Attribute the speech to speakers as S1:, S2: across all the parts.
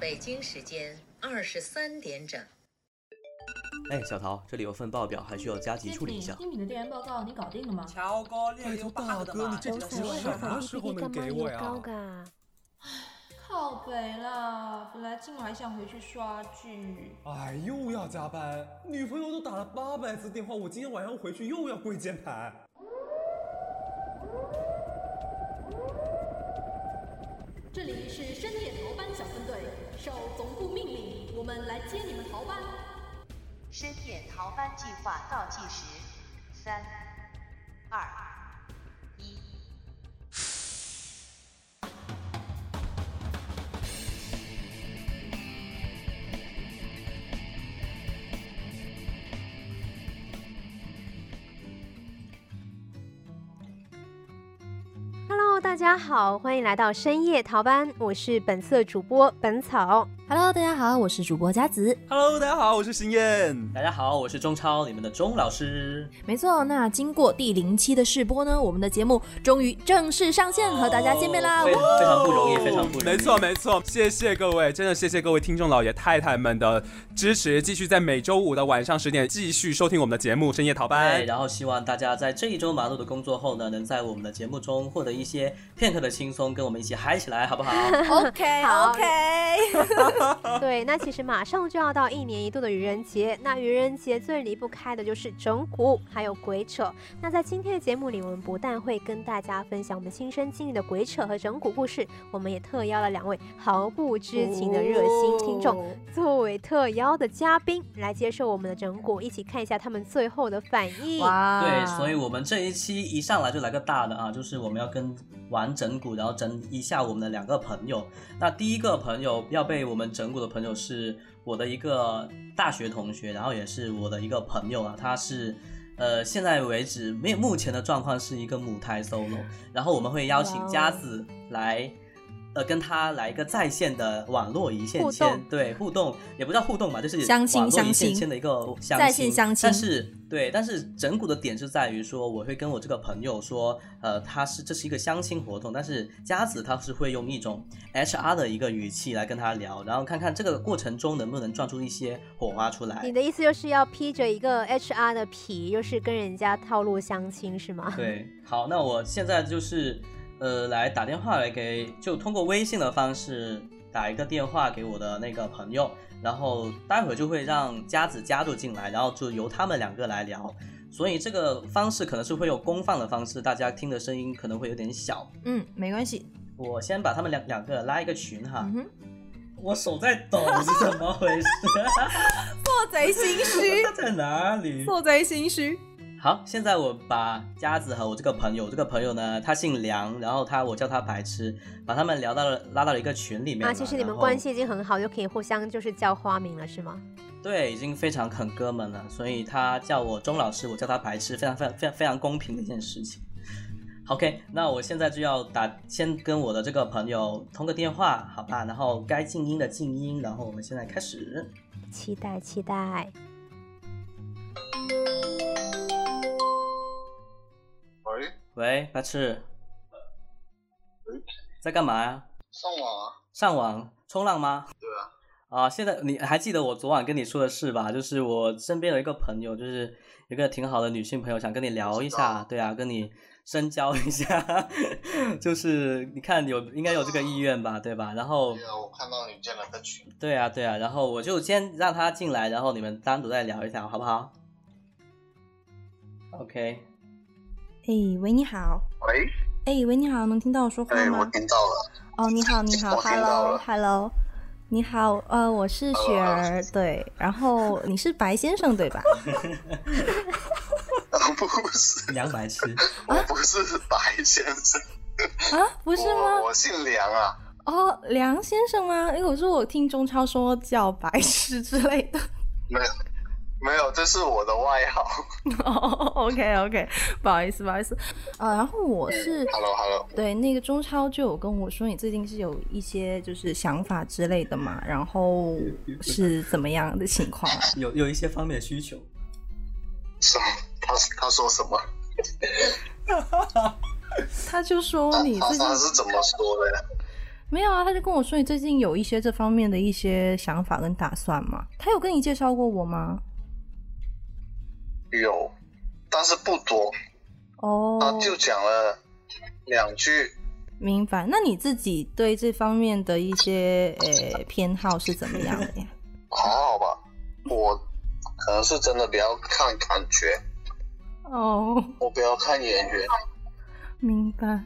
S1: 北京时间二十三点整。
S2: 哎，小桃，这里有份报表还需要加急处理一下。
S3: 英敏的调研报告你搞定了
S4: 哎
S3: 吗？
S5: 调高六
S4: 拜
S5: 六
S4: 托
S5: 八
S4: 大
S5: 的
S4: 啊哥，
S5: 嘛，
S4: 啊你这
S5: 比较
S4: 东西
S5: 实
S4: 什
S5: 用
S4: 么时候能给我呀？
S6: 嘎？
S3: 靠北啦，本来今晚还想回去刷剧。
S4: 哎，又要加班，女朋友都打了八百次电话，我今天晚上回去又要跪键盘。
S7: 这里是深夜逃班小分队，受总部命令，我们来接你们逃班。
S8: 深夜逃班计划倒计时，三、二、一。
S6: Hello，大家好，欢迎来到深夜逃班，我是本色主播本草。
S9: Hello，大家好，我是主播佳子。
S10: Hello，大家好，我是邢燕。
S5: 大家好，我是钟超，你们的钟老师。
S9: 没错，那经过第零期的试播呢，我们的节目终于正式上线，和大家见面啦！
S5: 非
S9: 哇
S5: 非常不容易，非常不容易。
S10: 没错，没错，谢谢各位，真的谢谢各位听众老爷太太们的支持，继续在每周五的晚上十点继续收听我们的节目《深夜逃班
S5: 对，》。哎然后希望大家在这一周忙碌的工作后呢，能在我们的节目中获得一些片刻的轻松，跟我们一起嗨起来，好不好？
S9: 哎 OK
S6: 好
S9: OK，
S6: 对，那其实马上就要到一年一度的愚人节，那愚人节最离不开的就是整蛊还有鬼扯。那在今天的节目里，我们不但会跟大家分享我们亲身经历的鬼扯和整蛊故事，我们也特邀了两位毫不知情的热心听众，
S9: 哦
S6: 作为特邀的嘉宾来接受我们的整蛊，一起看一下他们最后的反应。
S9: 哇
S6: 啊
S5: 对，所以我们这一期一上来就来个大的啊，就是我们要跟玩整蛊，然后整一下我们的两个朋友。那第一个朋友要被我们整蛊的朋友是我的一个大学同学，然后也是我的一个朋友啊，他是。呃，现在为止，没有目前的状况是一个母胎 solo，然后我们会邀
S6: 哦
S5: 请佳子来，呃，跟他来一个在线的网络一线
S6: 互
S5: 牵
S6: 动，
S5: 对，互动也不叫互动吧，就是
S9: 相亲
S5: 网络一
S9: 相
S5: 线
S9: 亲
S5: 牵的一个相
S9: 在线相
S5: 但
S9: 亲
S5: 是对，但是整蛊的点是在于说，我会跟我这个朋友说，呃，他是这是一个相亲活动，但是佳子他是会用一种 HR 的一个语气来跟他聊，然后看看这个过程中能不能撞出一些火花出来
S6: 你。的意思就是要披着一个 HR 的皮，就是跟人家套路相亲是吗？
S5: 对，好，那我现在就是呃来打电话来给，就通过微信的方式打一个电话给我的那个朋友，然后待会儿就会让佳子加入进来，然后就由他们两个来聊。所以这个方式可能是会有公放的方式，大家听的声音可能会有点小。
S9: 嗯，没关系。
S5: 我先把他们两两个拉一个群哈。
S9: 嗯哼，
S5: 我手在抖是怎么回事？
S9: 做贼心虚，
S5: 它在哪里？
S9: 做贼心虚。
S5: 好，现在我把佳子和我这个朋友，这个朋友呢，他姓梁，然后他我叫他白痴，把他们聊到了拉到了一个群里面了。
S6: 啊，其实你
S5: 然
S6: 们
S5: 后
S6: 关系已经很好，就可以互相就是叫花名了，是吗？
S5: 对，已经非常很哥们了，所以他叫我钟老师，我叫他白痴，非常非常非常非常公平的一件事情。OK，那我现在就要打，先跟我的这个朋友通个电话，好吧？然后该静音的静音，然后我们现在开始。
S6: 期待期待。
S11: 喂，
S5: 喂，白痴
S11: 喂，
S5: 在干嘛呀？
S11: 上网啊？
S5: 上网冲浪吗？
S11: 对啊，
S5: 啊，现在你还记得我昨晚跟你说的事吧？就是我身边有一个朋友，就是有一个挺好的女性朋友，想跟你聊一下，对啊，跟你深交一下， 就是你看有应该有这个意愿吧，对吧？然后
S11: 对啊，我看到你建了个群，
S5: 对啊，对啊，然后我就先让她进来，然后你们单独再聊一下，好不好？OK，
S9: 哎，喂，你好。
S11: 喂，
S9: 哎，喂，嗯你好，能听到我说话
S11: 哎，我
S9: 吗？
S11: 听到了，
S9: 哦，你好，你好
S11: 我听到了
S9: ，Hello，Hello，你好，呃，我是雪儿，对，然后你是白先生对吧？
S11: 啊， 不是，
S5: 两百七，
S11: 我不是白先生，
S9: 啊，不是吗
S11: 我？我姓梁啊，
S9: 哦，梁先生吗？因为我说我听中超说叫白痴之类的。
S11: 没有，没有，这是我的外号。
S9: 哦，OK OK，不好意思，不好意思。呃，然后我是
S11: Hello，Hello，
S9: 对那个中超就有跟我说，你最近是有一些就是想法之类的嘛，然后是怎么样的情况？啊
S5: 有有一些方面的需求，
S11: 什么？他他说什么？
S9: 他就说
S11: 他
S9: 你
S11: 他
S9: 哦最近
S11: 他是怎么说的？
S9: 没有啊，他就跟我说你最近有一些这方面的一些想法跟打算嘛。他有跟你介绍过我吗？
S11: 有，但是不多，
S9: 哦，
S11: 他啊就讲了两句，
S9: 明白。那你自己对这方面的一些呃偏好是怎么样的呀？
S11: 还好吧，我可能是真的比较看感觉，
S9: 哦，
S11: 我比较看眼缘，
S9: 明白。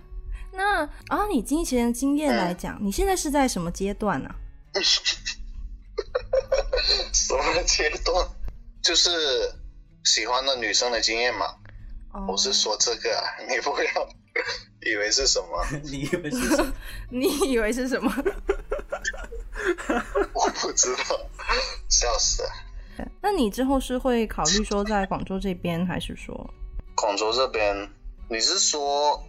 S9: 那啊，你经前的经验
S11: 嗯
S9: 来讲，你现在是在什么阶段呢、啊？
S11: 什么阶段？ 就是喜欢的女生的经验嘛。
S9: 哦
S11: 我是说这个、啊， 你不要以为是什么，
S4: 你以为是什么？
S9: 你以为是什么？
S11: 我不知道，笑死了。
S9: 那你之后是会考虑说在广州这边，还是说
S11: 广州这边，你是说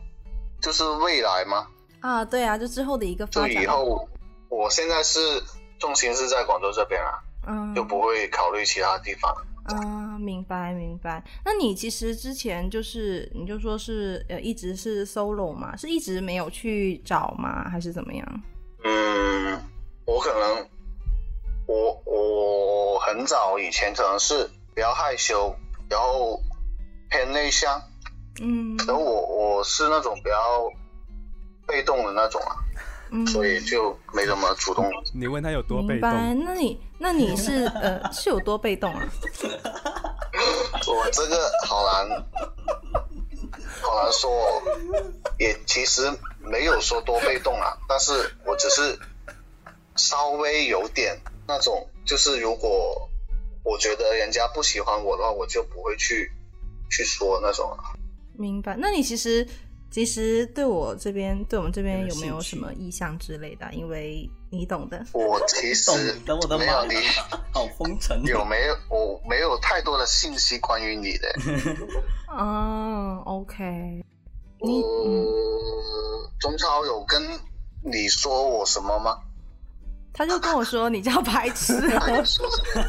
S11: 就是未来吗？
S9: 啊，对啊，就之后的一个发
S11: 就
S9: 展？
S11: 以后，我现在是重心是在广州这边啊，
S9: 嗯，
S11: 就不会考虑其他地方。
S9: 啊，明白明白。那你其实之前就是你就说是呃一直是 solo 嘛，是一直没有去找吗？还是怎么样？
S11: 嗯，我可能，我我很早以前可能是比较害羞，然后偏内向，
S9: 嗯
S11: 然后我我是那种比较被动的那种啊，
S9: 嗯，
S11: 所以就没怎么主动。
S10: 你问他有多
S9: 明
S10: 被
S9: 白。
S10: 动？
S9: 那你那你是呃是有多被动啊？
S11: 我这个好难，好难说、哦，也其实没有说多被动啊，但是我只是稍微有点那种，就是如果我觉得人家不喜欢我的话，我就不会去去说那种啊。
S9: 明白。那你其实其实对我这边对我们这边
S11: 有
S9: 有没有
S11: 兴
S9: 什么意向之类的啊？因为你懂的。
S11: 我其实
S4: 懂我的
S11: 没有
S4: 妈
S11: 你，
S4: 好风尘。
S11: 有没有我没有太多的信息关于你的，
S9: 啊，OK。你
S11: 嗯，中超有跟你说我什么吗？。
S9: 他就跟我说你叫白痴啊
S11: 说什么？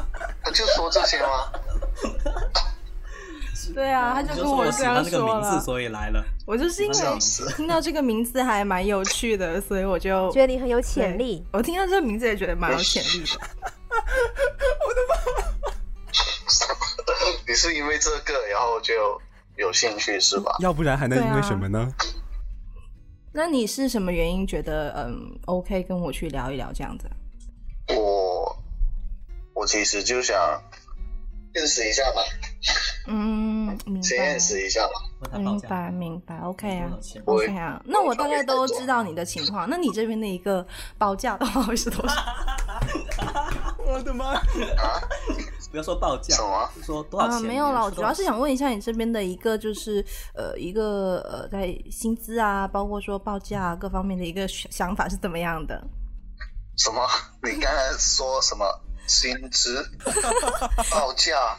S11: 他就说这些吗？
S9: 对啊，他
S4: 你
S9: 就
S4: 就
S9: 跟
S4: 说
S9: 我
S4: 我
S9: 这
S4: 喜
S9: 样
S4: 欢这个
S9: 说
S4: 名字，
S9: 了。
S4: 所以来了。
S9: 我就是因为
S4: 这样子
S9: 听到这个名字还蛮有趣的， 所以我就
S6: 觉得你很有潜力
S9: 对。我听到这个名字也觉得蛮有潜力的。
S11: 你是因为这个，然后就有兴趣是吧？
S10: 要不然还能因为什么呢？
S9: 那你是什么原因觉得嗯 OK 跟我去聊一聊这样子？
S11: 我我其实就想认识一下吧，
S9: 嗯，明
S11: 先
S9: 白
S11: 认识一下吧。
S9: 明白明白，OK 啊
S11: 我
S9: ，OK 啊。那我大概都知道你的情况。那你这边的一个报价的话会是多少？
S4: 啊
S10: 我的妈！
S11: 啊
S4: 不要说报价，说多少
S9: 啊，
S4: 钱？
S9: 没有啦，我主要是
S4: 说多少钱
S9: 想问一下你这边的一个就是呃一个呃在薪资啊，包括说报价、啊、各方面的一个想想法是怎么样的？
S11: 什么？你刚才说什么薪 资报价？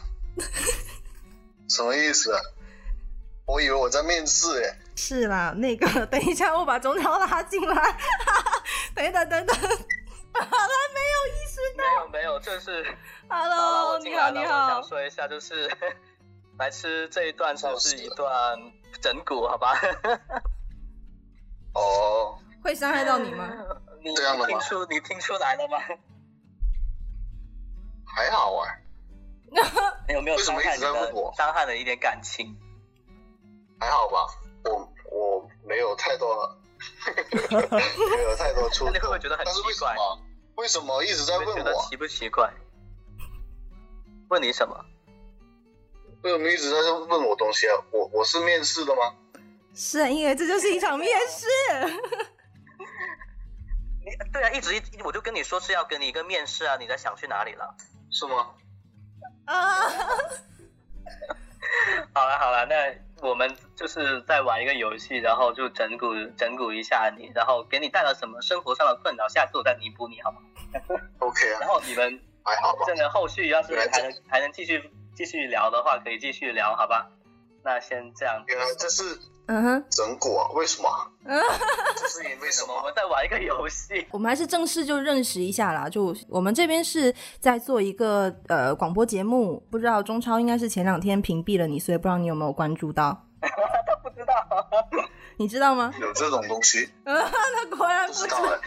S11: 什么意思？啊我以为我在面试耶。
S9: 是啦，那个 等一下我把中超拉进来， 等一等等 等，他没有意识
S5: 没有没有，就是
S9: Hello，
S5: 好啦我进来了
S9: 哦你好
S5: 我
S9: 你好
S5: 想说一下，就是 白痴这一段是不是一段整蛊？好吧，
S11: 哦，
S9: 会伤害到你 吗？
S5: 你
S11: 这样的吗
S5: 听出你听出来了吗？
S11: 还好啊，
S5: 你有没有
S11: 为什
S5: 伤
S11: 么一
S5: 害
S11: 直
S5: 你
S11: 在问
S5: 的
S11: 我？
S5: 伤害了一点感情？
S11: 还好吧，我我没有太多，没有太多触
S5: 那你会不
S11: 动
S5: 会。觉得很奇怪？
S11: 为什么一直在问我啊
S5: 你会觉得奇不奇怪？问你什么？
S11: 为什么一直在问我东西啊？我我是面试的吗？
S9: 是啊，因为这就是一场面试。
S5: 你对啊，一直一我就跟你说是要给你一个面试啊，你在想去哪里了？
S11: 是吗？
S9: 啊，
S5: 好了好了，那我们就是在玩一个游戏，然后就整蛊整蛊一下你，然后给你带来什么生活上的困扰，下次我再弥补你，好吗
S11: ？OK 啊
S5: 然后你们
S11: 还好吧？
S5: 真的后续要是还能还能继续继续聊的话，可以继续聊，好吧？那先这样。
S11: 原来这是
S9: 嗯哼，
S11: 整蛊啊？为什么啊？
S9: 嗯
S11: 这是因为什么？
S5: 我们在玩一个游戏。
S9: 我们还是正式就认识一下啦。就我们这边是在做一个呃广播节目，不知道中超应该是前两天屏蔽了你，所以不知道你有没有关注到。
S5: 他不知
S9: 你知道吗？
S11: 有这种东西？
S9: 他果然不知
S11: 道哎，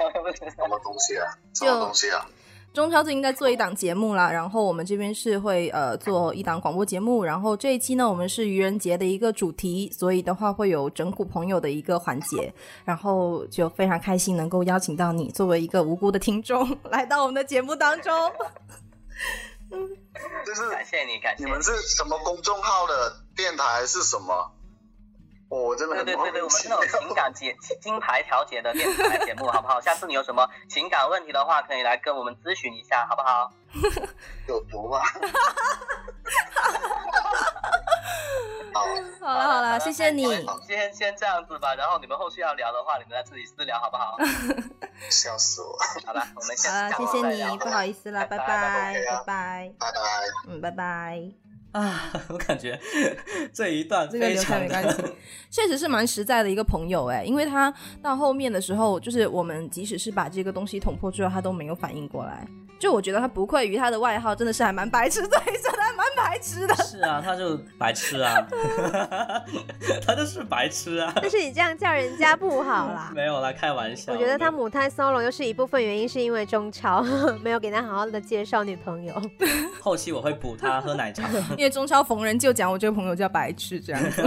S11: 什么东西啊？什么东西啊？
S9: 中超最近在做一档节目啦，然后我们这边是会呃做一档广播节目，然后这一期呢我们是愚人节的一个主题，所以的话会有整蛊朋友的一个环节，然后就非常开心能够邀请到你作为一个无辜的听众来到我们的节目当中。
S11: 就 是
S5: 感谢你，感
S11: 谢你们是什么公众号的电台是什么？我真的
S5: 对
S11: 很
S5: 对对对，我们是那种情感节金牌调节的电台节目，好不好？下次你有什么情感问题的话，可以来跟我们咨询一下，好不好？
S11: 有毒啊 吧？
S9: 好了好了，谢谢你。
S5: 先先这样子吧，然后你们后续要聊的话，你们在自己私聊，好不 好？
S11: 笑死我！
S5: 好了，我们
S9: 好
S5: 先
S9: 啦，呃谢谢你，不好意思啦，拜拜，拜拜，
S11: 拜拜，
S9: 嗯，拜拜。
S4: 啊，我感觉这一段
S9: 这个
S4: 非
S9: 留下
S4: 常
S9: 没
S4: 的
S9: 关 系，确实是蛮实在的一个朋友哎，因为他到后面的时候，就是我们即使是把这个东西捅破之后，他都没有反应过来。就我觉得他不愧于他的外号，真的是还蛮白痴的， 真的还蛮白痴的。
S4: 是啊，他就白痴啊， 他就是白痴啊，
S6: 但是你这样叫人家不 好啦。
S4: 没有啦，开玩笑。
S6: 我觉得他母胎 solo 又是一部分原因，是因为中超 没有给他好好的介绍女朋友。
S4: 后期我会补他喝 奶茶。
S9: 因为中超逢人就讲我这个朋友叫白痴这 样子。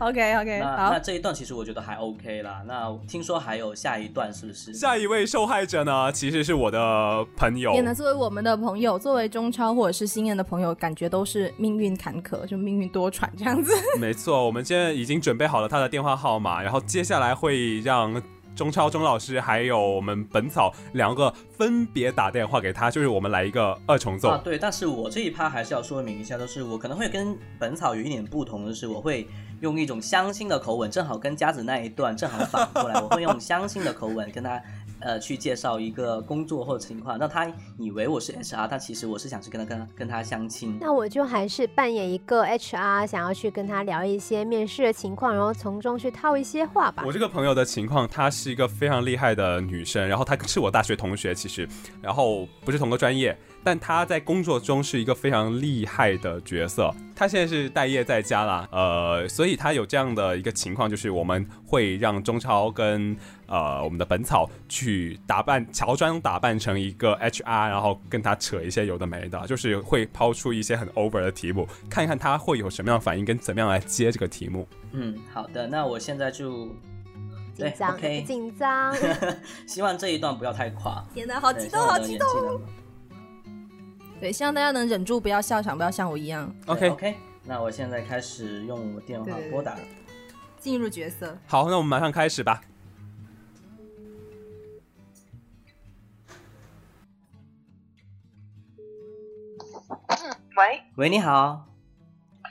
S9: OK OK，
S4: 那
S9: 好
S4: 那，哦这一段其实我觉得还 OK 啦。那听说还有下一段是不是？
S10: 下一位受害者呢，其实是我的朋友
S9: 也。 呢，作为我们的朋友，作为中超或者是新任的朋友，感觉都是命运坎坷，就命运多舛这样子。
S10: 没错，我们现在已经准备好了他的电话号码，然后接下来会让钟超钟老师还有我们本草两个分别打电话给他，就是我们来一个二重奏。
S4: 啊，对，但是我这一趴还是要说明一下，就是我可能会跟本草有一点不同，就是我会用一种相亲的口吻，正好跟佳子那一段正好反过来，我会用相亲的口吻跟他。呃，去介绍一个工作或情况，让他以为我是 HR，但其实我是想去跟他跟他跟他相亲。
S6: 那我就还是扮演一个 HR，想要去跟他聊一些面试的情况，然后从中去套一些话吧。
S10: 我这个朋友的情况，她是一个非常厉害的女生，然后她是我大学同学，其实，然后不是同个专业，但她呃在工作中是一个非常厉害的角色。她现在是待业在家啦，呃，所以她有这样的一个情况，就是我们会让中超跟呃我们的本草去打扮乔装打扮成一个 HR，然后跟她扯一些有的没的，就是会抛出一些很 over 的题目，看看她会有什么样的反应，跟怎么样来接这个题目。
S4: 嗯，好的，那我现在就
S6: 紧
S4: 对
S6: 张，
S4: ，OK，
S6: 紧张。
S4: 希望这一段不要太垮。
S9: 天哪，好
S4: 对
S9: 激动，
S4: 希望
S9: 好
S4: 我的
S9: 激
S4: 演
S9: 动！哦
S4: 技能
S9: 对，希望大家能忍住，不要笑场，不要像我一样
S4: OK OK，那我现在开始用我电话拨打。
S9: 进入角色。
S10: 好，那我们马上开始吧。
S12: 喂，
S4: 喂，你好，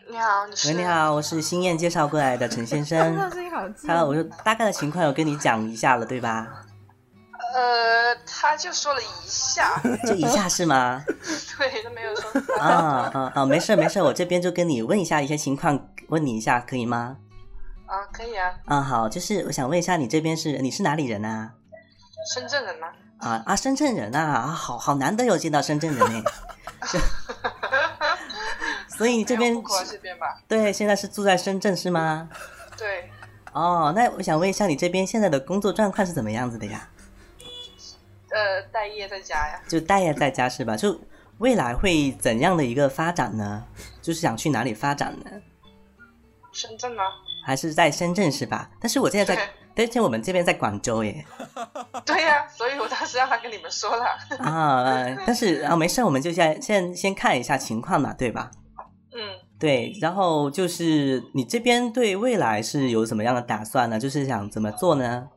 S12: 你好，你是？
S4: 喂，你好，我是星燕介绍过来的陈先 生。
S12: 他声音好近
S4: 他，我就大概的情况有跟你讲一下了，对吧？
S12: 呃，他就说了一 下，
S4: 就一下是吗？
S12: 对，他没有 说。
S4: 啊啊啊，没事没事，我这边就跟你问一下一些情况，问你一下可以吗？
S12: 啊，可以啊，
S4: 啊，好，就是我想问一下你这边是你是哪里人啊？
S12: 深圳人吗？
S4: 啊啊，深圳人啊，啊好好难得有见到深圳人哎。 所以你这边
S12: 户口在这边吧？
S4: 对，现在是住在深圳是吗？
S12: 对，
S4: 哦，那我想问一下，你这边现在的工作状况是怎么样子的呀？
S12: 呃，待业在家呀。
S4: 就待业在家是吧？就未来会怎样的一个发展呢？就是想去哪里发展呢？
S12: 深圳 吗？
S4: 还是在深圳是吧？但是我现在在，但是我们这边在广州耶。
S12: 对呀、所以我当时让他跟你们说了。
S4: 啊，呃但是啊，没事，我们就先先先看一下情况嘛，对吧？
S12: 嗯，
S4: 对，然后就是你这边对未来是有什么样的打算呢？就是想怎么做呢？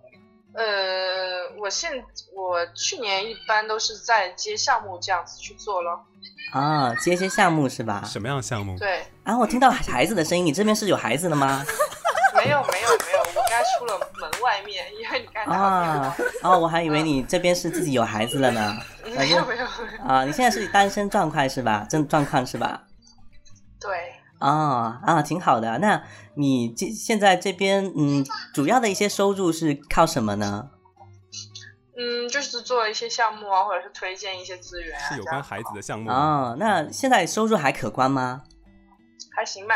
S12: 呃，我现我去年一般都是在接项目这样子去做咯。
S4: 啊，接一些项目是吧？什
S10: 么样的项目？
S12: 对，
S4: 啊，我听到孩子的声音，你这边是有孩子的吗？
S12: 没有没有没有，我刚出了门外面，因为你刚才打我电话。
S4: 啊，哦，我还以为你这边是自己有孩子了呢。反
S8: 嗯
S12: 没
S4: 正
S12: 有没有没有。
S4: 啊，你现在是单身状态是吧？真状况是吧？
S12: 对，
S4: 啊啊，挺好的。那你这现在这边，嗯，主要的一些收入是靠什么呢？
S12: 嗯，就是做一些项目啊，或者是推荐一些资源啊，
S10: 是有嗯
S4: 啊
S10: 关孩子的项目吗
S4: 哦，那现在收入还可观吗？
S12: 还行吧。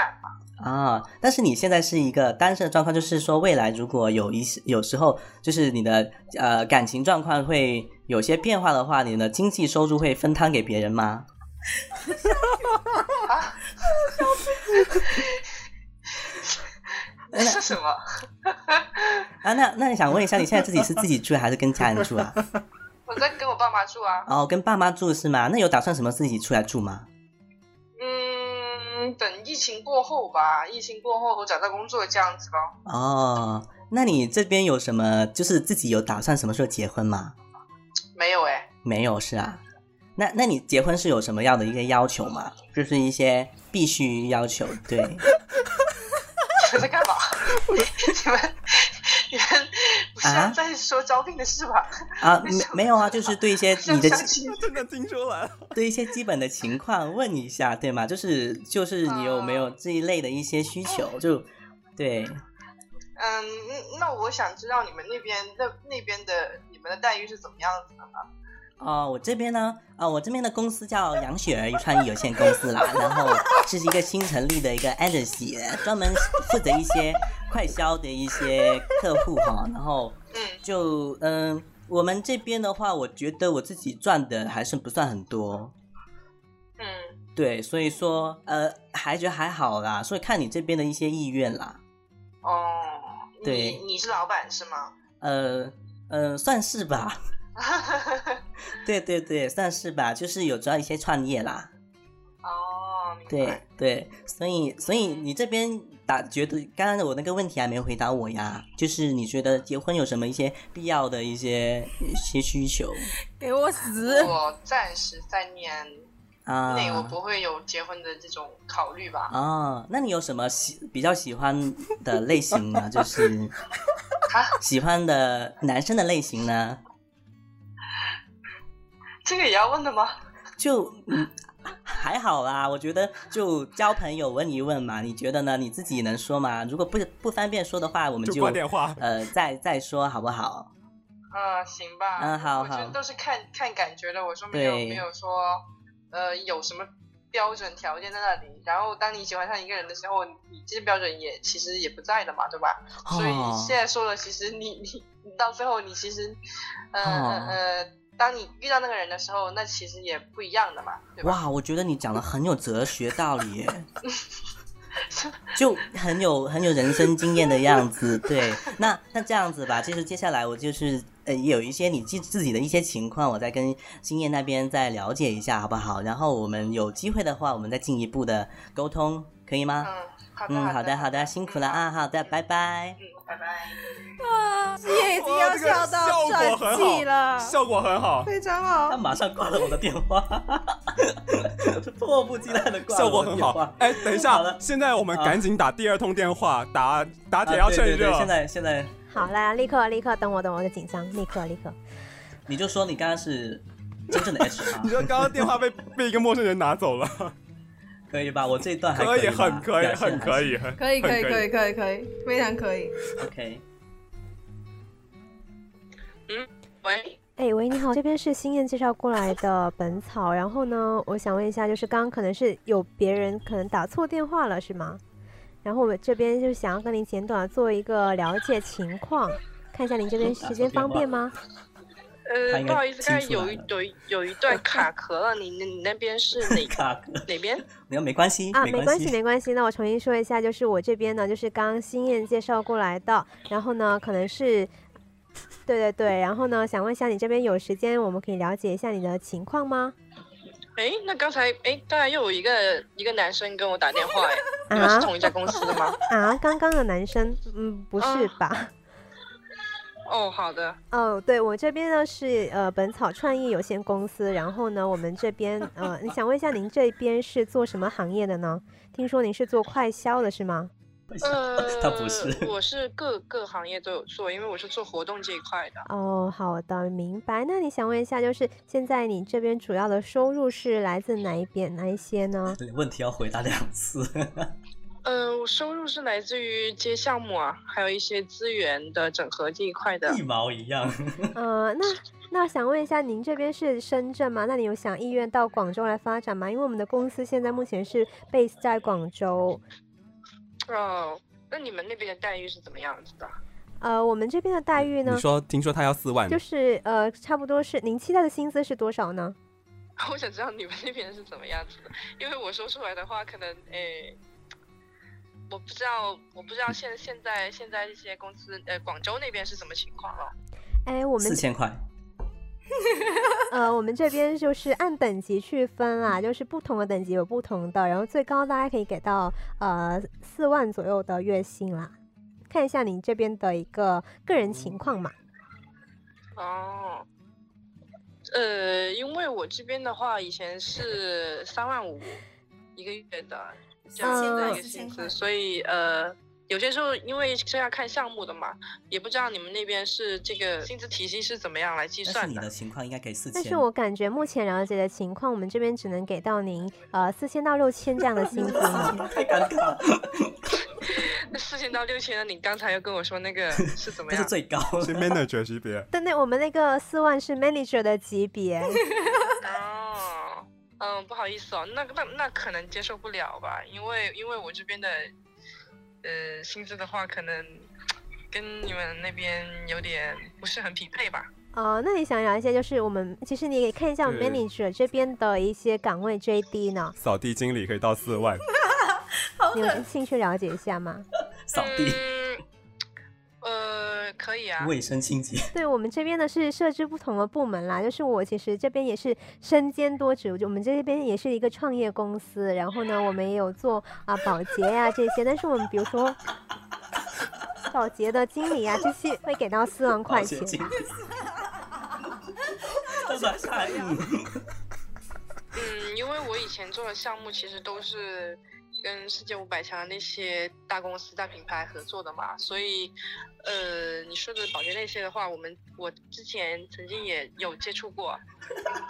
S4: 啊，但是你现在是一个单身的状况，就是说未来如果有一些有时候就是你的呃感情状况会有些变化的话，你的经济收入会分摊给别人吗？
S8: 这是什么？
S4: 啊，那那你想问一下，你现在自己是自己住还是跟家人住啊？
S8: 我在跟我爸妈住啊。
S4: 哦，跟爸妈住是吗？那有打算什么自己出来住吗？
S8: 嗯，等疫情过后吧，疫情过后我找到工作这样子咯。
S4: 哦，那你这边有什么就是自己有打算什么时候结婚吗？
S8: 没有哎，
S4: 没有是啊。那那你结婚是有什么样的一个要求吗？就是一些必须要求，对。
S8: 你们 在干嘛？你们你们不是要
S4: 啊
S8: 在说招聘的事吧？
S4: 啊，没没有啊，就是对一些
S8: 像
S4: 你的
S8: 相亲，
S10: 真的听出来了。
S4: 对一些基本的情况问一下，对吗？就是就是你有没有这一类的一些需求？就对，
S8: 嗯，那我想知道你们那边那那边的你们的待遇是怎么样子的呢？
S4: 哦，我这边呢，啊、我这边的公司叫杨雪儿创意有限公司啦，然后是一个新成立的一个 agency，专门负责一些快销的一些客户哈，然后就嗯、我们这边的话，我觉得我自己赚的还是不算很多，
S8: 嗯，
S4: 对，所以说呃，还觉得还好啦，所以看你这边的一些意愿啦，
S8: 哦，
S4: 对
S8: 你你是老板是吗？
S4: 呃呃，算是吧， 对对对，算是吧，就是有主要一些创业啦。
S8: 哦，明
S4: 对对，所以所以你这边打觉得刚刚我那个问题还没回答我呀，就是你觉得结婚有什么一些必要的一些一些需求
S9: 给我死！
S8: 我暂时三年
S4: 啊？
S8: 内我不会有结婚的这种考虑吧？
S4: 哦，那你有什么喜比较喜欢的类型呢？就是喜欢的男生的类型呢？
S8: 这个也要问的吗？
S4: 就嗯还好啦，我觉得就交朋友问一问嘛，你觉得呢？你自己能说吗？如果不不方便说的话，我们
S10: 就
S4: 就
S10: 挂电话
S4: 呃，再再说好不好？
S8: 嗯，行吧。
S4: 嗯好
S8: 我觉
S4: 好
S8: 得都是看看感觉的，我说没有
S4: 对
S8: 没有说，呃，有什么标准条件在那里。然后当你喜欢上一个人的时候，你这些标准也其实也不在的嘛，对吧？所以
S4: 哦
S8: 现在说了，其实你你你到最后你其实，呃
S4: 哦
S8: 呃呃，当你遇到那个人的时候，那其实也不一样的嘛，对吧？
S4: 哇，我觉得你讲的很有哲学道理 耶，就很有很有人生经验的样子。对，那那这样子吧，其实接下来我就是呃，也有一些你自自己的一些情况，我再跟新燕那边再了解一下，好不好？然后我们有机会的话，我们再进一步的沟通，可以吗？嗯，好的，好的，辛苦了啊，好的，拜拜。
S8: 嗯拜拜。
S9: 啊，夕颜已经要笑到
S4: 哇这个效果
S9: 断
S4: 很
S9: 气
S4: 好
S9: 了，
S4: 效果很 好
S9: 非常好。
S4: 他马上挂了我的电话， 迫不及待的挂了
S10: 效果
S4: 我的
S10: 很
S4: 电话。啊
S10: 好。哎，等一下，现在我们赶紧打第二通电话，打打铁
S4: 啊
S10: 要
S4: 对
S10: 趁
S4: 对对
S10: 热。
S4: 现在现在
S6: 好啦，立刻立刻，等我等我，我就紧张，立刻立刻。
S4: 你就说你刚刚是真 正的 HR，
S10: 你说刚刚电话被 被一个陌生人拿走了，
S4: 可以吧？我这一段还
S10: 可以，
S4: 以吧，
S10: 很可以，
S4: 表现
S10: 很
S4: 还
S10: 可以，
S4: 行
S10: 很
S9: 可以可以
S10: 很
S9: 可以可以可以，非常可以。
S4: OK，
S8: 喂，
S6: 哎，喂，你好，这边是新燕介绍过来的本草，然后呢，我想问一下，就是刚刚可能是有别人可能打错电话了，是吗？然后我们这边就是想要跟您简短地做一个了解情况，看一下您这边时间方便吗？
S13: 他
S8: 呃，
S13: 应该
S8: 不好意思，
S13: 听
S8: 刚才
S13: 出来
S8: 有一有一有一段卡壳了，你那你那边是哪
S4: 卡壳
S8: 哪边？
S4: 没有没关系
S6: 啊，没
S4: 关
S6: 系，没关系。那我重新说一下，就是我这边呢，就是刚刚新燕介绍过来的，然后呢，可能是，对对对，然后呢，想问一下你这边有时间，我们可以了解一下你的情况吗？
S8: 哎，那刚才哎，刚才又有一个一个男生跟我打电 话，哎，你们
S6: 啊
S8: 是同一家公司的吗？
S6: 啊，刚刚的男生，嗯，不是吧？
S8: 哦，好的，
S6: 哦，对我这边呢是呃本草创意有限公司，然后呢，我们这边呃，你想问一下您这边是做什么行业的呢？听说您是做快销的是吗？
S8: 呃，
S6: 他不是
S8: 我是各各行业都有做，因为我是做活动这一块的。
S6: 哦，好的，明白。那你想问一下，就是现在你这边主要的收入是来自哪一边哪一些呢？
S4: 这个问题要回答两次。
S8: 呃，我收入是来自于接项目啊，还有一些资源的整合这一块的。
S4: 一毛一样。
S6: 呃，那那想问一下，您这边是深圳吗？那你有想意愿到广州来发展吗？因为我们的公司现在目前是 base 在广州。
S8: 哦，那你们那边的待遇是怎么样子的？
S6: 呃，我们这边的待遇呢
S10: 你，说，听说他要四万，
S6: 就是呃，差不多是您期待的薪资是多少呢？
S8: 我想知道你们那边是怎么样子的，因为我说出来的话，可能诶，我不知道，我不知道现现在现在这些公司，呃，广州那边是什么情况啊了？
S6: 哎，我们
S4: 四千块。
S6: 呃，我们这边就是按等级去分啦，就是不同的等级有不同的，然后最高大概可以给到呃四万左右的月薪啦。看一下您这边的一个个人情况嘛。
S8: 哦，呃，因为我这边的话，以前是三万五一个月的这样
S3: 4000
S8: 子
S3: 块
S8: 的一个薪资，所以呃，有些时候因为是要看项目的嘛，也不知道你们那边是这个薪资体系是怎么样来计
S4: 但是
S8: 算
S4: 你
S8: 的。
S4: 的情况应该给四千。
S6: 但是我感觉目前了解的情况，我们这边只能给到您呃四千到六千这样的薪资 呢。
S4: 太尴尬了，
S8: 那 四千到六千呢？你刚才又跟我说那 个是怎么
S4: 这
S8: 样
S4: 是？最高
S10: 是 manager 级别。
S6: 但那我们那个四万是 manager 的级别，
S8: 哦，嗯，不好意思哦，那那那可能接受不了吧，因为因为我这边的，呃，薪资的话，可能跟你们那边有点不是很匹配吧。
S6: 哦，那你想聊一些，就是我们其实你也可以看一下我们
S10: 对
S6: manager 这边的一些岗位 JD 呢，
S10: 扫地经理可以到四 万，
S6: 你有兴趣了解一下吗？
S4: 扫地、
S8: 嗯呃，可以啊。
S4: 卫生清洁。
S6: 对我们这边呢是设置不同的部门啦，就是我其实这边也是身兼多职，我们这边也是一个创业公司，然后呢我们也有做啊保洁呀、这些，但是我们比如说保洁的经理啊这些会给到四万块钱
S4: 保洁，经理都是看
S8: 嗯，因为我以前做的项目其实都是跟世界五百强的那些大公司、大品牌合作的嘛，所以，呃，你说的保洁那些的话，我们我之前曾经也有接触过，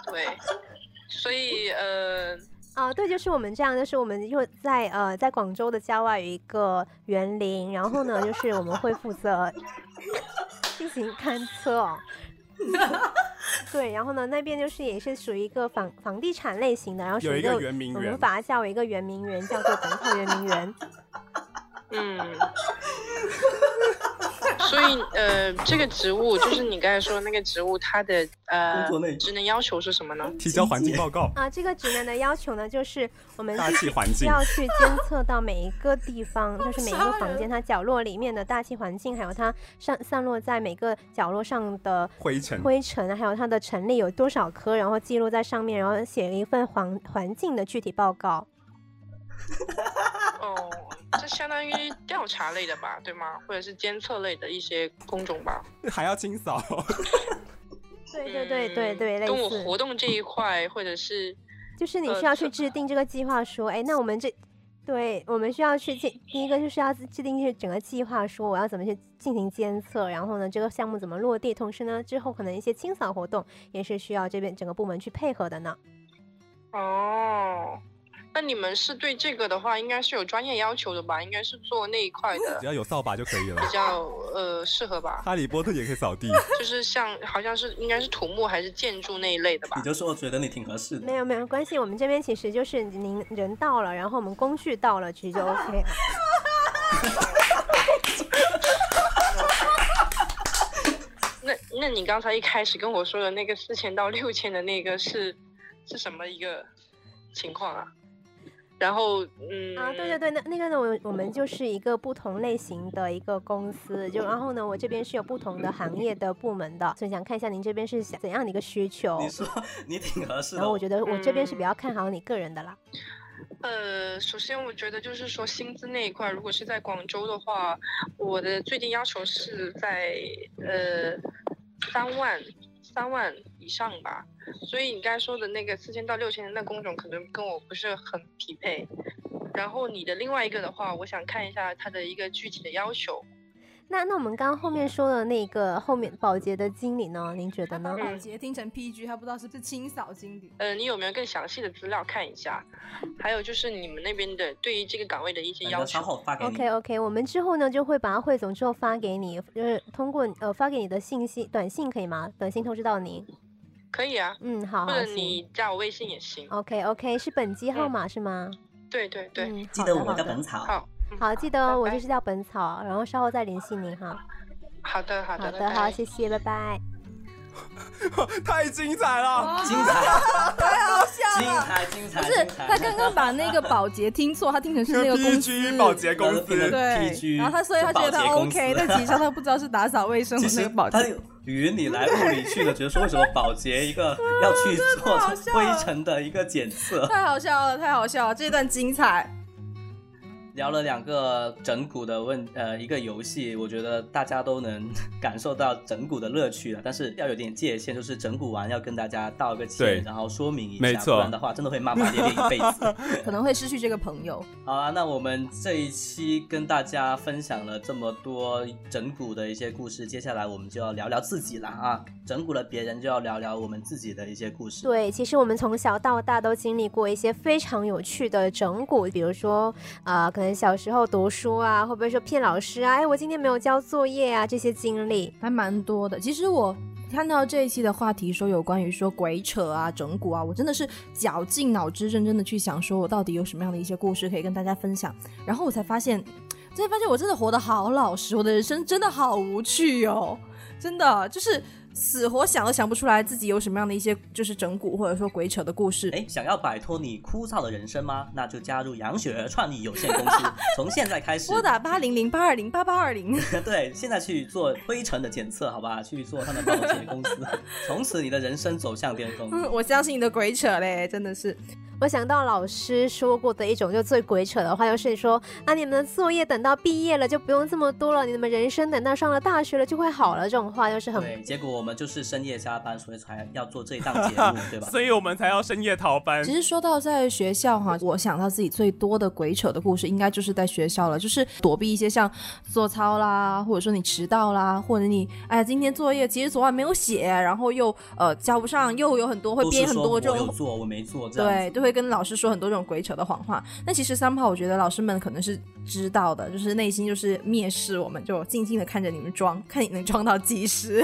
S8: 对，所以呃，
S6: 啊，对，就是我们这样，就是我们又在呃，在广州的郊外有一个园林，然后呢，就是我们会 负责进行勘测。对，然后呢，那边就是也是属于一个房房地产类型的，然后属
S10: 有
S6: 于
S10: 一个圆明
S6: 我
S10: 园
S6: 们把它叫为一个圆明园，叫做整套圆明园。
S8: 嗯，所以呃，这个职务就是你刚才说的那个职务，它的呃
S6: 工作内容
S8: 职能要求是什么呢？
S10: 提交环境报告。
S6: 啊，这个职能的要求呢，就是我们
S10: 大
S6: 必
S10: 气
S6: 须
S10: 环境
S6: 要去监测到每一个地 方，就是每一个房间它角落里面的大气环境，还有它散散落在每个角落上的
S10: 灰尘
S6: 灰尘，啊还有它的尘粒有多少颗，然后记录在上面，然后写一份环环境的具体报告。
S8: 哦，这相当于调查类的吧，对吗？或者是监测类的一些工种吧。
S10: 还要清 扫，嗯
S6: 对对对对对，类
S8: 嗯跟我
S6: 似，
S8: 活动这一块，或者是
S6: 就是你
S8: 呃
S6: 需要去制定这个计划书，哎，那我们这。对我们需要去进，第一个就是要制定是整个计划书，我要怎么去进行监测，然后呢，这个项目怎么落地，同时呢，之后可能一些清扫活动也是需要这边整个部门去配合的呢。
S8: 哦，那你们是对这个的话，应该是有专业要求的吧？应该是做那一块的
S10: 只要有扫把就可以 了
S8: 比。较呃适合吧？
S10: 哈利波特也可以扫地，
S8: 就是像好像是应该是土木还是建筑那一类的吧？
S4: 你就说我觉得你挺合适的。
S6: 没有没有关系，我们这边其实就是您人到了，然后我们工具到了，其实就 OK 了。
S8: 那那你刚才一开始跟我说的那个四千到六千的那个是是什么一个情况啊？然后嗯
S6: 啊，对对对，那那个呢，我我们就是一个不同类型的一个公司，就然后呢，我这边是有不同的行业的部门的，所以想看一下您这边是想怎样的一个需求。
S4: 你说你挺合适的。
S6: 然后我觉得我这边
S8: 嗯
S6: 是比较看好你个人的啦。
S8: 呃，首先我觉得就是说薪资那一块，如果是在广州的话，我的最低要求是在呃三万三万以上吧。所以你刚才说的那个四千到六千的那工种，可能跟我不是很匹配。然后你的另外一个的话，我想看一下它的一个具体的要求。
S6: 那那我们刚刚后面说的那个后面保洁的经理呢，您觉得
S8: 嗯
S6: 呢？
S9: 保洁听成 PG，他不知道是不是清扫经理。
S8: 呃，你有没有更详细的资料看一下？还有就是你们那边的对于这个岗位的一些要求。
S6: OK OK，我们之后呢就会把它汇总之后发给你，就是通过呃发给你的信息短信可以吗？短信通知到您。
S8: 可以啊。
S6: 嗯好
S8: 或者
S6: 好行
S8: 你加我微信也行。
S6: OK OK，是本机号码、是吗？
S8: 对对对，
S6: 嗯
S4: 记得我们的本草。
S8: 好，
S6: 好，记得哦我就是叫本草，然后稍后再联系您哈。
S8: 好的，好
S6: 好
S8: 的，
S6: 的，
S8: 拜
S6: 好，
S8: 拜
S6: 谢谢，拜拜。
S10: 太精彩了，
S4: 精彩，
S9: 太好哦笑了，
S4: 彩精彩
S9: 不是他刚刚把那个保洁听错，他听成是那个公司，
S10: 保洁公司
S9: 对，
S4: PG
S9: 然后他所以他觉得
S4: 保
S9: 他
S4: 洁公司
S9: OK，但其实他不知道是打扫卫生的
S4: 其
S9: 那个
S4: 实
S9: 保洁
S4: 他。云里来雾里去的，觉得说为什么保洁一个要去做
S9: 好笑
S4: 灰尘的一个检测？
S9: 太好笑了，太好笑了，这段精彩。
S4: 聊了两个整蛊的问，呃，一个游戏，我觉得大家都能感受到整蛊的乐趣啊了，但是要有点界限，就是整蛊完要跟大家道个
S10: 对
S4: 歉，然后说明一
S10: 没
S4: 下，
S10: 错
S4: 不然的话真的会骂骂咧咧一辈子。
S9: 可能会失去这个朋友。
S4: 好啊，那我们这一期跟大家分享了这么多整蛊的一些故事，接下来我们就要聊聊自己了啊！整蛊了别人，就要聊聊我们自己的一些故事。
S6: 对，其实我们从小到大都经历过一些非常有趣的整蛊，比如说，呃，可能小时候读书啊，会不会说骗老师啊？哎，我今天没有交作业啊，这些经历
S9: 还蛮多的。其实我看到这一期的话题说有关于说鬼扯啊、整蛊啊，我真的是绞尽脑汁、认真的去想，说我到底有什么样的一些故事可以跟大家分享。然后我才发现，才发现我真的活得好老实，我的人生真的好无趣哦，真的就是死活想都想不出来自己有什么样的一些就是整蛊或者说鬼扯的故事。
S4: 哎，想要摆脱你枯燥的人生吗？那就加入杨雪儿创意有限公 司，从现在开始。
S9: 拨打八零零八二零八八二零。
S4: 对，现在去做灰尘的检测，好吧？去做他们保洁公 司，从此你的人生走向巅峰。
S9: 嗯，我相信你的鬼扯嘞，真的是。
S6: 我想到老师说过的一种就最鬼扯的话，就是说啊，你们的作业等到毕业了就不用这么多了，你们人生等到上了大学了就会好了，这种话就是很
S4: 对，结果我们就是深夜加班，所以才要做这一档节目， 对吧？
S10: 所以我们才要深夜逃班。
S9: 其实说到在学校哈，我想到自己最多的鬼扯的故事，应该就是在学校了，就是躲避一些像做操啦，或者说你迟到啦，或者你哎呀今天作业其实昨晚没有写，然后又呃交不上，又有很多会
S4: 都是
S9: 编很
S4: 说
S9: 多
S4: 我
S9: 这
S4: 有
S9: 种。
S4: 做，我没做，这样
S9: 对，都会跟老师说很多这种鬼扯的谎话。那其实三炮，我觉得老师们可能是知道的，就是内心就是蔑视我们，就静静的看着你们装，看你能装到几时。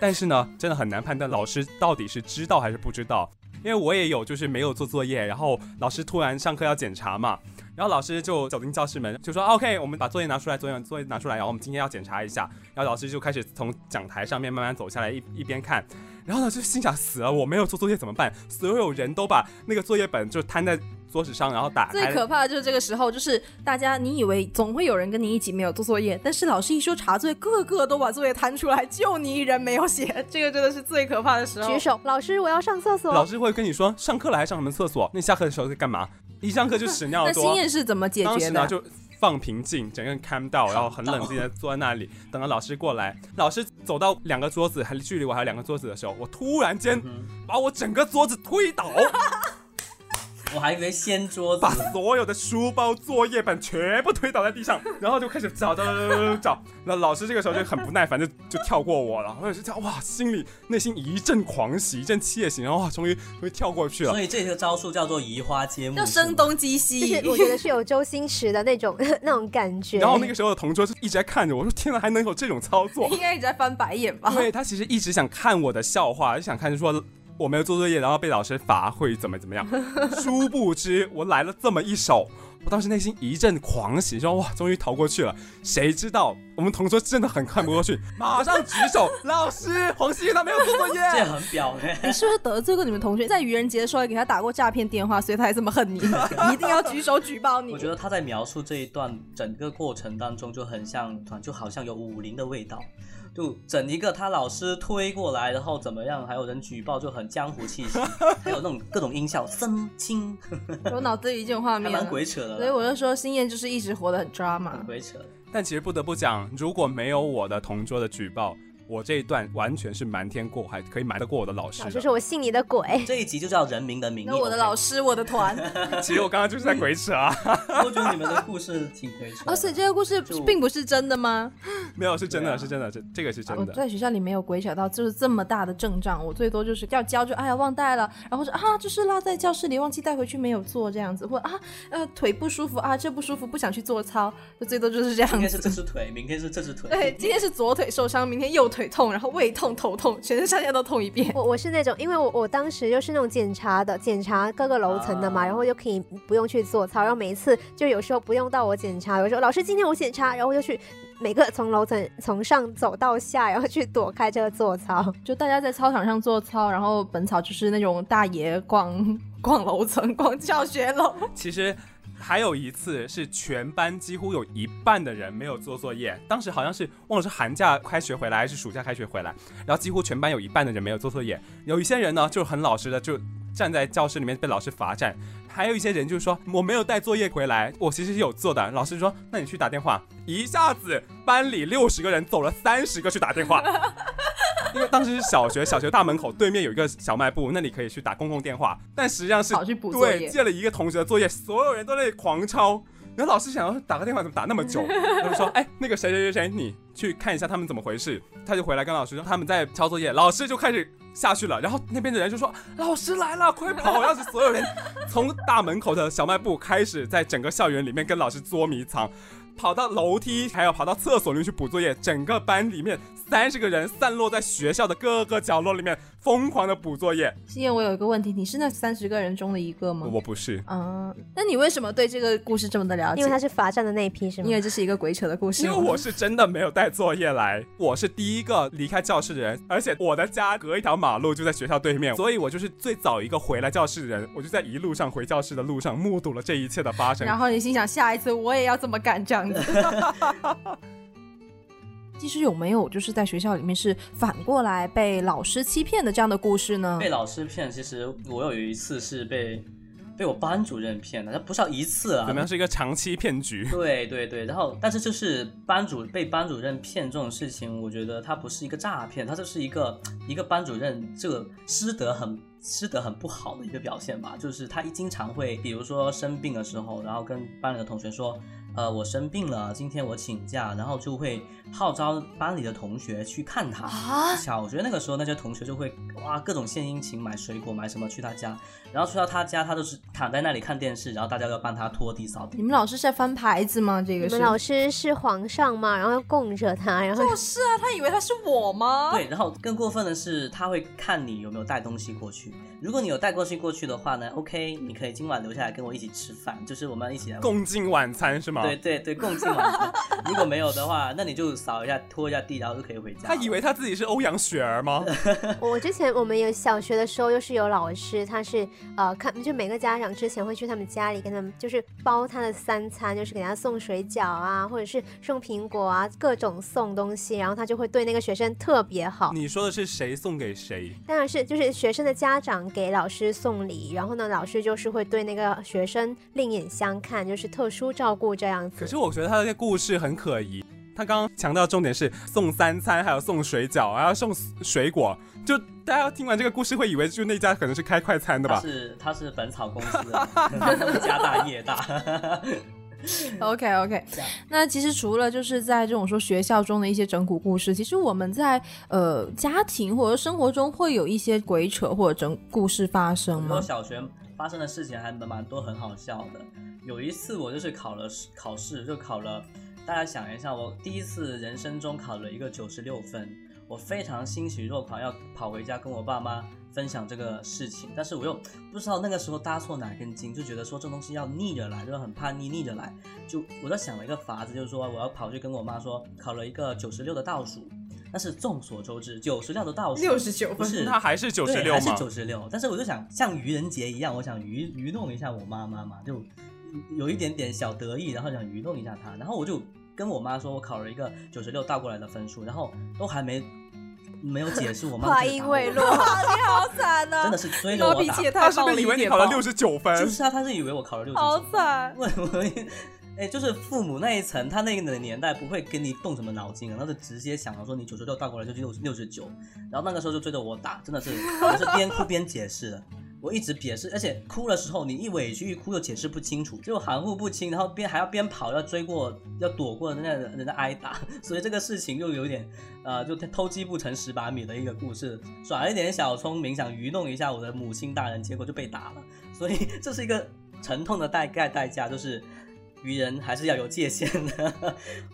S10: 但是呢，真的很难判断老师到底是知道还是不知道，因为我也有就是没有做作业，然后老师突然上课要检查嘛，然后老师就走进教室门就说啊 OK，我们把作业拿出来，昨天作业拿出来，然后我们今天要检查一下，然后老师就开始从讲台上面慢慢走下来一一边看。然后呢，就心想死了，我没有做作业怎么办？所有人都把那个作业本就摊在桌子上，然后
S4: 啊
S10: 打开，
S9: 最可怕的就是这个时候，就是大家你以为总会有人跟你一起没有做作业，但是老师一说查作业，个个都把作业摊出来，就你一人没有写， 这个真的是最可怕的时候。
S6: 举手，老师我要上厕所。
S10: 老师会跟你说上课了还上什么厕所？那你下课的时候在干嘛？一上课就屎尿
S9: 那
S10: 多。
S9: 心燕是怎么解
S10: 当
S9: 决
S10: 时呢
S9: 的？
S10: 就放平静，整个人 calm down，然后很冷静的坐在那里， 等到老师过来。老师走到两个桌子，还距离我还有两个桌子的时候，我突然间
S9: 嗯
S10: 把我整个桌子推倒，
S4: 我还以为掀桌子
S10: 把，所有的书包、作业本全部推倒在地上，然后就开始找找找找找。那老师这个时候就很不耐烦，就就跳过我了。我也是这样，哇，心里内心一阵狂喜，一阵窃喜，然后哇，终于终于跳过去了
S4: 所。以这个招数叫做移花接木。
S9: 东击
S6: 就是我觉得是有周星驰的那种 那种感觉。
S10: 然后那个时候的同桌就一直在看着我说：“天哪，啊还能有这种操 作？”
S9: 应该一直在翻白眼吧？
S6: 啊
S10: 对他其实一直想看我的笑话，就想看说我没有做作业，然后被老师罚会怎么怎么 样。殊不知我来了这么一手，我当时内心一阵狂喜，说哇，终于逃过去了。谁知道我们同桌真的很看不过 去，马上举手，老师，黄希他没有做作业，
S4: 这很 表哎、
S9: 你是不是得罪过你们同学？在愚人节的时候也给他打过诈骗电话，所以他才这么恨你？ 你一定要举手举报你。
S4: 我觉得他在描述这一段整个过程当中就很像，团，就好像有武林的味道，就整一个他老师推过来，然后怎么样，还有人举报，就很江 湖气息，还有那种各种音效，森青，
S9: 我脑子里已经有画面
S4: 还蛮
S9: 了，
S4: 鬼扯的
S9: 所以我就说，心燕就是一直活得很 drama。
S4: 鬼扯。
S10: 但其实不得不讲，如果没有我的同桌的举报，我这一段完全是瞒天过海，可以瞒得过我的老师
S6: 老
S10: 的。
S6: 师说我信你的鬼。
S4: 这一集就叫《人民的名义
S9: 那》。我的老师，我的团。
S10: 其实我刚刚 就是在鬼扯啊。
S4: 我觉得你们的故事挺鬼扯的。
S9: 哦，所以这个故事并不是真的吗？
S10: 没有，是真
S6: 啊
S10: 的，是真的，这这个是真
S9: 我
S10: 的。
S9: 在学校里没有鬼扯到就是这么大的阵仗，我最多就是要交就哎呀忘带了，然后说啊就是落在教室里忘记带回去没有做这样子，或者啊呃腿不舒服啊这不舒服不想去做操，就最多就是这
S4: 今
S9: 样
S4: 天是这
S9: 子。
S4: 只腿，明天是这只腿。
S9: 对，今天是左腿受伤，明天右腿痛，然后胃痛、头痛，全身上下都痛一遍。
S6: 我我是那种，因为我我当时就是那种检查的，检查各个楼层的嘛，然后就可以不用去做操，然后每一次就有时候不用到我检查，有时候老师今天我检查，然后我就去每个从楼层从上走到下，然后去躲开这个做操。
S9: 就大家在操场上做操，然后本草就是那种大爷逛逛楼层、逛教学楼，
S10: 其实还有一次是全班几乎有一半的人没有做作业，当时好像是忘了是寒假开学回来还是暑假开学回来，然后几乎全班有一半的人没有做作业，有一些人呢就很老实的就站在教室里面被老师罚站，还有一些人就说我没有带作业回来，我其实是有做的，老师说那你去打电话，一下子班里六十个人走了三十个去打 电话。因为当时是小学，小学大门口对面有一个小卖部，那里可以去打公共电话，但实际上是
S9: 跑去补作业
S10: 对借了一个同学的作业，所有人都在那里狂抄。然后老师想要打个电话，怎么打那 么久？他就说：“哎，那个谁谁谁谁，你去看一下他们怎么回事。”他就回来跟老师说他们在抄作业，老师就开始下去了。然后那边的人就说：“老师来了，快跑！”然后所有人从大门口的小卖部开始，在整个校园里面跟老师捉迷藏。跑到楼梯，还有跑到厕所里面去补作业。整个班里面三十个人散落在学校的各个角落里面，疯狂的补作业。
S9: 西燕，我有一个问题，你是那三十个人中的一个吗？
S10: 我不是，
S9: 啊、那你为什么对这个故事这么的了解？
S6: 因为他是罚站的那一批，是吗？
S9: 因为这是一个鬼扯的故事
S10: 因
S9: 吗。
S10: 为我是真的没有带作业来，我是第一个离开教室的人，而且我的家隔一条马路就在学校对面，所以我就是最早一个回来教室的人。我就在一路上回教室的路上目睹了这一切的发生。
S9: 然后你心想，下一次我也要这么干这样子。其实有没有就是在学校里面是反过来被老师欺骗的这样的故事呢？
S4: 被老师骗，其实我有一次是被被我班主任骗的，那不算一次啊。
S10: 怎么样是一个长期骗局？
S4: 对对对，然后但是就是班主被班主任骗这种事情，我觉得它不是一个诈骗，它就是一个一个班主任这个师德很师德很不好的一个表现吧。就是他一经常会，比如说生病的时候，然后跟班里的同学说，呃，我生病了，今天我请假，然后就会号召班里的同学去看他。
S9: 啊
S4: 小学那个时候，那些同学就会哇各种献殷勤，买水果买什么去他家，然后去到他家，他就是躺在那里看电视，然后大家要帮他拖地扫地。
S9: 你们老师是在翻牌子吗？这
S6: 你
S9: 个是
S6: 们老师是皇上嘛，然后供着他，然后
S9: 就是啊，他以为他是我吗？
S4: 对，然后更过分的是，他会看你有没有带东西过去。如果你有带过去过去的话呢，OK，你可以今晚留下来跟我一起吃饭，就是我们一起来
S10: 共进晚餐是吗？
S4: 对对对，共进晚餐。如果没有的话，那你就扫一下、拖一下地，然后就可以回家。
S10: 他以为他自己是欧阳雪儿吗？
S6: 我之前我们有小学的时候，就是有老师，他是呃看，就每个家长之前会去他们家里跟他们就是包他的三餐，就是给他送水饺啊，或者是送苹果啊，各种送东西，然后他就会对那个学生特别好。
S10: 你说的是谁送给谁？
S6: 当然是就是学生的家长给老师送礼，然后呢，老师就是会对那个学生另眼相看，就是特殊照顾这样
S10: 可
S6: 子。
S10: 是我觉得他的故事很可疑。他刚刚强调重点是送三餐，还有送水饺，还要送水果。就大家听完这个故事会以为就那家可能是开快餐的
S4: 他
S10: 吧？
S4: 是他是本草公司的， 家大业大。
S9: OK OK，那其实除了就是在这种说学校中的一些整蛊故事，其实我们在呃家庭或者生活中会有一些鬼扯或者整故事发生
S4: 我
S9: 吗？
S4: 小学发生的事情还蛮多，很好笑的。有一次我就是考了试考试，就考了，大家想一下，我第一次人生中考了一个九十六分，我非常欣喜若狂，要跑回家跟我爸妈分享这个事情，但是我又不知道那个时候搭错哪根筋，就觉得说这东西要逆着来，就是很叛逆，逆着来。就我在想了一个法子，就是说我要跑去跟我妈说考了一个九十六的倒数。但是众所周知，九十六的倒数
S9: 69分
S4: 不是
S10: 那还是96
S4: 对还是
S10: 吗
S4: 九十六。但是我就想像愚人节一样，我想愚愚弄一下我妈妈嘛，就有一点点小得意，然后想愚弄一下她，然后我就跟我妈说我考了一个九十六倒过来的分数，然后都还没没有解释，我妈
S6: 话
S4: 就
S6: 音
S4: 打
S6: 未
S4: 我
S6: 落，
S9: 你好惨哦呐、
S4: 真的是追着我打，
S9: 你妈脾气也太暴力一点吧
S10: 十九分
S4: 就是啊，他是以为我考了六十
S9: 好
S4: 九。
S9: 惨！
S4: 为什么？ 哎，就是父母那一层，他那个年代不会跟你动什么脑筋的，那就直接想着说你九十六倒过来就是六六十九，然后那个时候就追着我打，真的是我是边哭边解释的。我一直解释，而且哭的时候你一委屈一哭又解释不清楚，就含糊不清，然后边还要边跑要追过要躲过人家人家挨打， 所以这个事情就有点呃就偷鸡不成蚀把米的一个故事，耍了一点小聪明想愚弄一下我的母亲大人，结果就被打了，所以 这是一个沉痛的代概代价，就是。愚人还是要有界限的，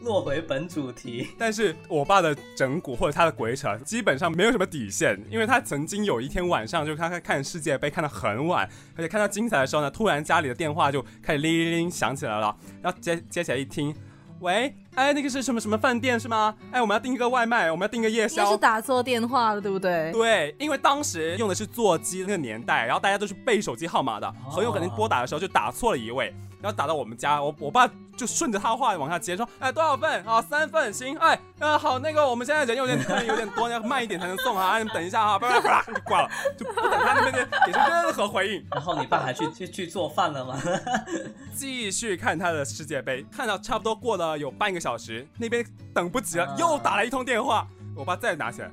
S4: 落回本主题。
S10: 但是我爸的整蛊或者他的鬼扯，基本上没有什么底线，因为他曾经有一天晚上，就是他看世界杯看得很晚，而且看到精彩的时候呢，突然家里的电话就开始铃铃铃响起来了，然后接接起来一听，喂，哎，那个是什么什么饭店是吗？哎，我们要订一个外卖，我们要订一个
S9: 应
S10: 夜
S9: 该是
S10: 宵。
S9: 打错电话了，对不对？
S10: 对，因为当时用的是座机那个年代，然后大家都是背手机号码的，很有可能拨打的时候就打错了一位，然后打到我们家，我我爸就顺着他的话往下接，说，哎，多少份啊？三份，行，哎，呃，好，那个我们现在人有点人有点多，要慢一点才能送啊，哎你们等一下啊，叭叭叭就挂了，就不等他那边给出任何回应。
S4: 然后你爸还去去去做饭了吗？
S10: 继续看他的世界杯，看到差不多过了有半个小时，那边等不及了，又打了一通电话，我爸再拿起来，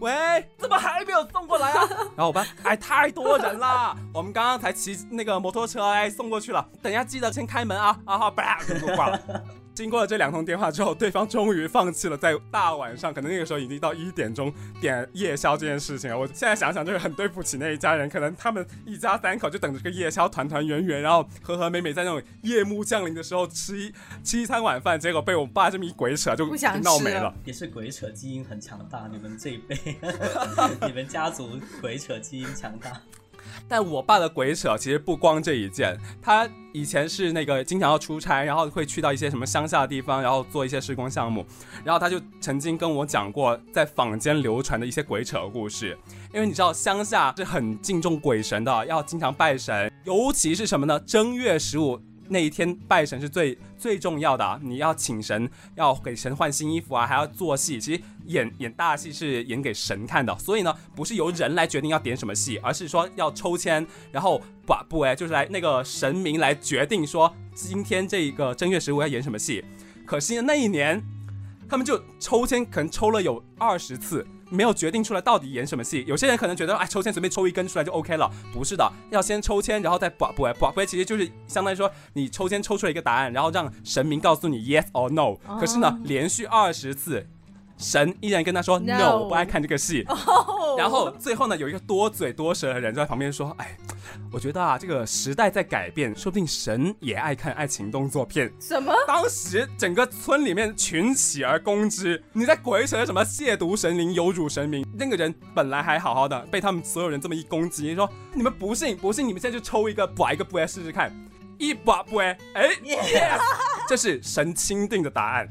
S10: 喂，怎么还没有送过来啊？然后我爸，哎，太多人啦， 我们刚刚才骑那个摩托车哎送过去了，等一下记得先开门啊，啊哈，啪就给我挂了。经过了这两通电话之后，对方终于放弃了在大晚上，可能那个时候已经到一点钟点夜宵这件事情了。我现在想想，就是很对不起那一家人，可能他们一家三口就等着这个夜宵团团圆圆，然后和和美美在那种夜幕降临的时候吃一吃一餐晚饭，结果被我爸这么一鬼扯就给闹没了。，
S4: 也是鬼扯基因很强大。你们这一辈， 你们家族鬼扯基因强大。
S10: 但我爸的鬼扯其实不光这一件，他以前是那个经常要出差，然后会去到一些什么乡下的地方，然后做一些施工项目，然后他就曾经跟我讲过在坊间流传的一些鬼扯故事，因为你知道乡下是很敬重鬼神的，要经常拜神，尤其是什么呢？正月十五。那一天拜神是最最重要的啊，你要请神，要给神换新衣服啊，还要做戏。其实演演大戏是演给神看的，所以呢，不是由人来决定要点什么戏，而是说要抽签，然后把不哎，就是来那个神明来决定说今天这个正月十五要演什么戏。可惜呢那一年他们就抽签，可能抽了有二十次，没有决定出来到底演什么戏。有些人可能觉得，哎，抽签随便抽一根出来就 OK 了，不是的，要先抽签，然后再卜卜卜卜，其实就是相当于说你抽签抽出来一个答案，然后让神明告诉你 yes or no。可是呢，连续二十次，神依然跟他说
S14: No
S10: no，我不爱看这个戏。然后最后呢，有一个多嘴多舌的人就在旁边说：“哎，我觉得啊，这个时代在改变，说不定神也爱看爱情动作片。”
S9: 什么？
S10: 当时整个村里面群起而攻之，你在鬼扯什么亵渎神灵、有辱神明？那个人本来还好好的，被他们所有人这么一攻击，说你们不信不信，你们现在就抽一个卜一个卜试试看，一卜卜哎，yes，这 是神钦定的答案。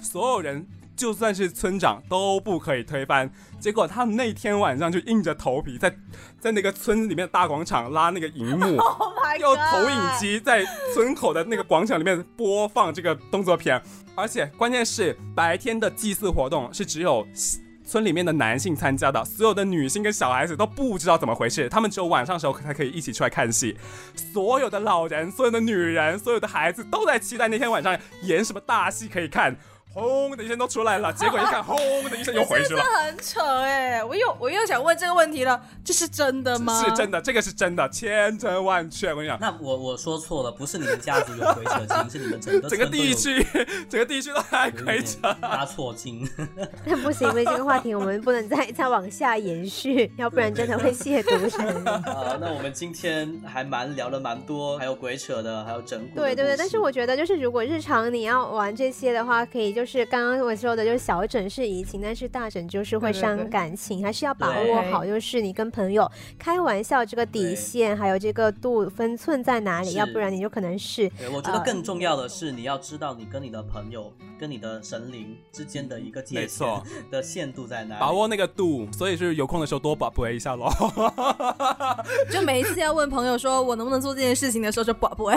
S10: 所有人，就算是村长都不可以推翻。结果他们那天晚上就硬着头皮在在那个村里面的大广场拉那个荧 幕
S9: Oh my
S10: 用
S9: god！
S10: 投影机在村口的那个广场里面播放这个动作片，而且关键是白天的祭祀活动是只有。村里面的男性参加的，所有的女性跟小孩子都不知道怎么回事，他们只有晚上的时候才可以一起出来看戏。所有的老人、所有的女人、所有的孩子都在期待那天晚上演什么大戏可以看。轰的一声都出来了，结果一看，轰的一声又回去
S9: 真
S10: 了
S9: 的。很扯哎、我又我又想问这个问题了，这是真的吗？
S10: 是真的，这个是真的，千真万确。我跟你讲，
S4: 那我我说错了，不是你们家族有鬼扯基因，是你们整个
S10: 整个
S4: 村都有
S10: 地区，整个地区都还鬼扯，
S4: 拉错经。
S6: 那 不行，因为这个话题我们不能再再往下延续，要不然 真的会亵渎神明。
S4: 啊，那我们今天还蛮聊了蛮多，还有鬼扯的，还有整蛊的
S6: 对对
S4: 故
S6: 对，
S4: 事
S6: 但是我觉得就是如果日常你要玩这些的话，可以就是刚刚我说的，就是小整是怡情，但是大整就是会
S9: 对对
S6: 伤
S9: 对
S6: 感情，还是要把
S9: 对
S6: 握好，就是你跟朋友开玩笑这个底线，还有这个度分寸在哪里，
S4: 是
S6: 要不然你就可能是
S4: 对，我觉得
S6: 呃
S4: 更
S9: 嗯
S4: 重要的是，你要知道你跟你的朋友、跟你的神灵之间的一个
S10: 没
S4: 界限
S10: 错
S4: 的限度在哪里。
S10: 把握那个度，所以是有空的时候多把卜一下喽。
S9: 就每一次要问朋友说我能不能做这件事情的时候，就不不会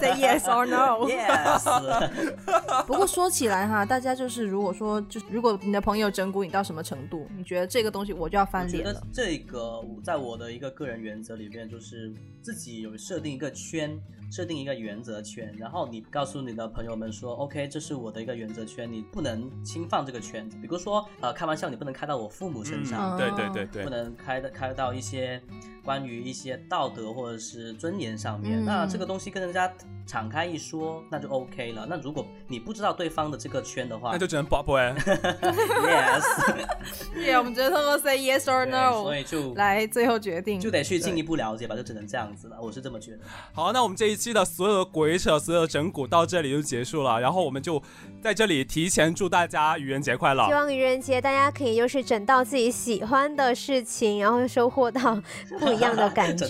S9: say yes or no。
S4: Yes
S9: 不过说起来哈，大家就是如果说就是如果你的朋友整蛊你到什么程度，你觉得这个东西我就要
S4: 我
S9: 翻
S4: 觉
S9: 脸
S4: 得
S9: 了。
S4: 这个在我的一个个人原则里面，就是自己有设定一个圈，设定一个原则圈，然后你告诉你的朋友们说，OK，这是我的一个原则圈，你不能侵犯这个圈子。比如说，呃，开玩笑，你不能开到我父母身 上，
S10: 嗯对对对对
S4: 不能开的开到一些关于一些道德或者是尊严上面。
S9: 嗯
S4: 那这个东西跟人家敞开一说，那就 OK 了。那如果你不知道对方的这个圈的话，
S10: 那就只能 b o b 哎。
S9: 对，我们只能通过 say yes or no，
S4: 所以就
S9: 来最后决定，
S4: 就得去进一步了解吧，就只能这样子了。我是这么觉得。
S10: 好，那我们这一期的所有的鬼扯、所有的整蛊到这里就结束了，然后我们就在这里提前祝大家愚人节快乐
S6: 希。望愚人节大家可以就是整到自己喜欢的事情，然后收获到不一样的感 觉。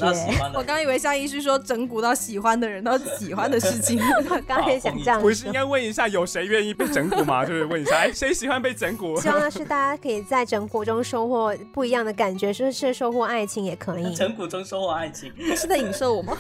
S9: 我刚以为夏一是说整蛊到喜欢的人，到喜欢的事 情。
S6: 我刚也想这样
S10: 不
S6: 说。
S10: 是应该问一下有谁愿意被整蛊吗？就是问一下，哎，谁喜欢被整蛊？
S6: 希望的是大家可以在整蛊中收获不一样的感觉，是是收获爱情也 可以。
S4: 整蛊中收获爱情，
S9: 是在影射我吗？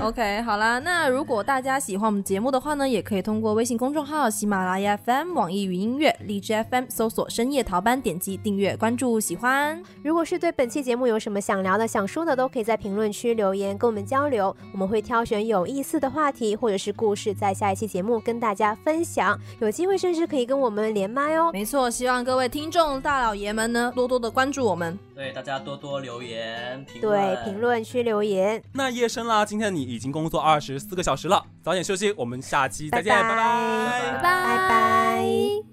S9: OK，好啦，那如果大家喜欢我们节目的话呢，也可以通过微信公众号、喜马拉雅 FM、网易云音乐、荔枝 FM 搜索“深夜逃班”，点击订阅关注喜欢。
S6: 如果是对本期节目有什么想聊的、想说的，都可以在评论区留言跟我们交流。我们会挑选有意思的话题或者是故事，在下一期节目跟大家分享。有机会甚至可以跟我们连麦哦。
S9: 没错，希望各位听众大老爷们呢，多多的关注我们。
S4: 对大家多多留言评论。
S6: 对，评论区留言。
S10: 那夜深啦，今天你已经工作二十四个小时了，早点休息，我们下期再见，拜拜
S6: 拜拜。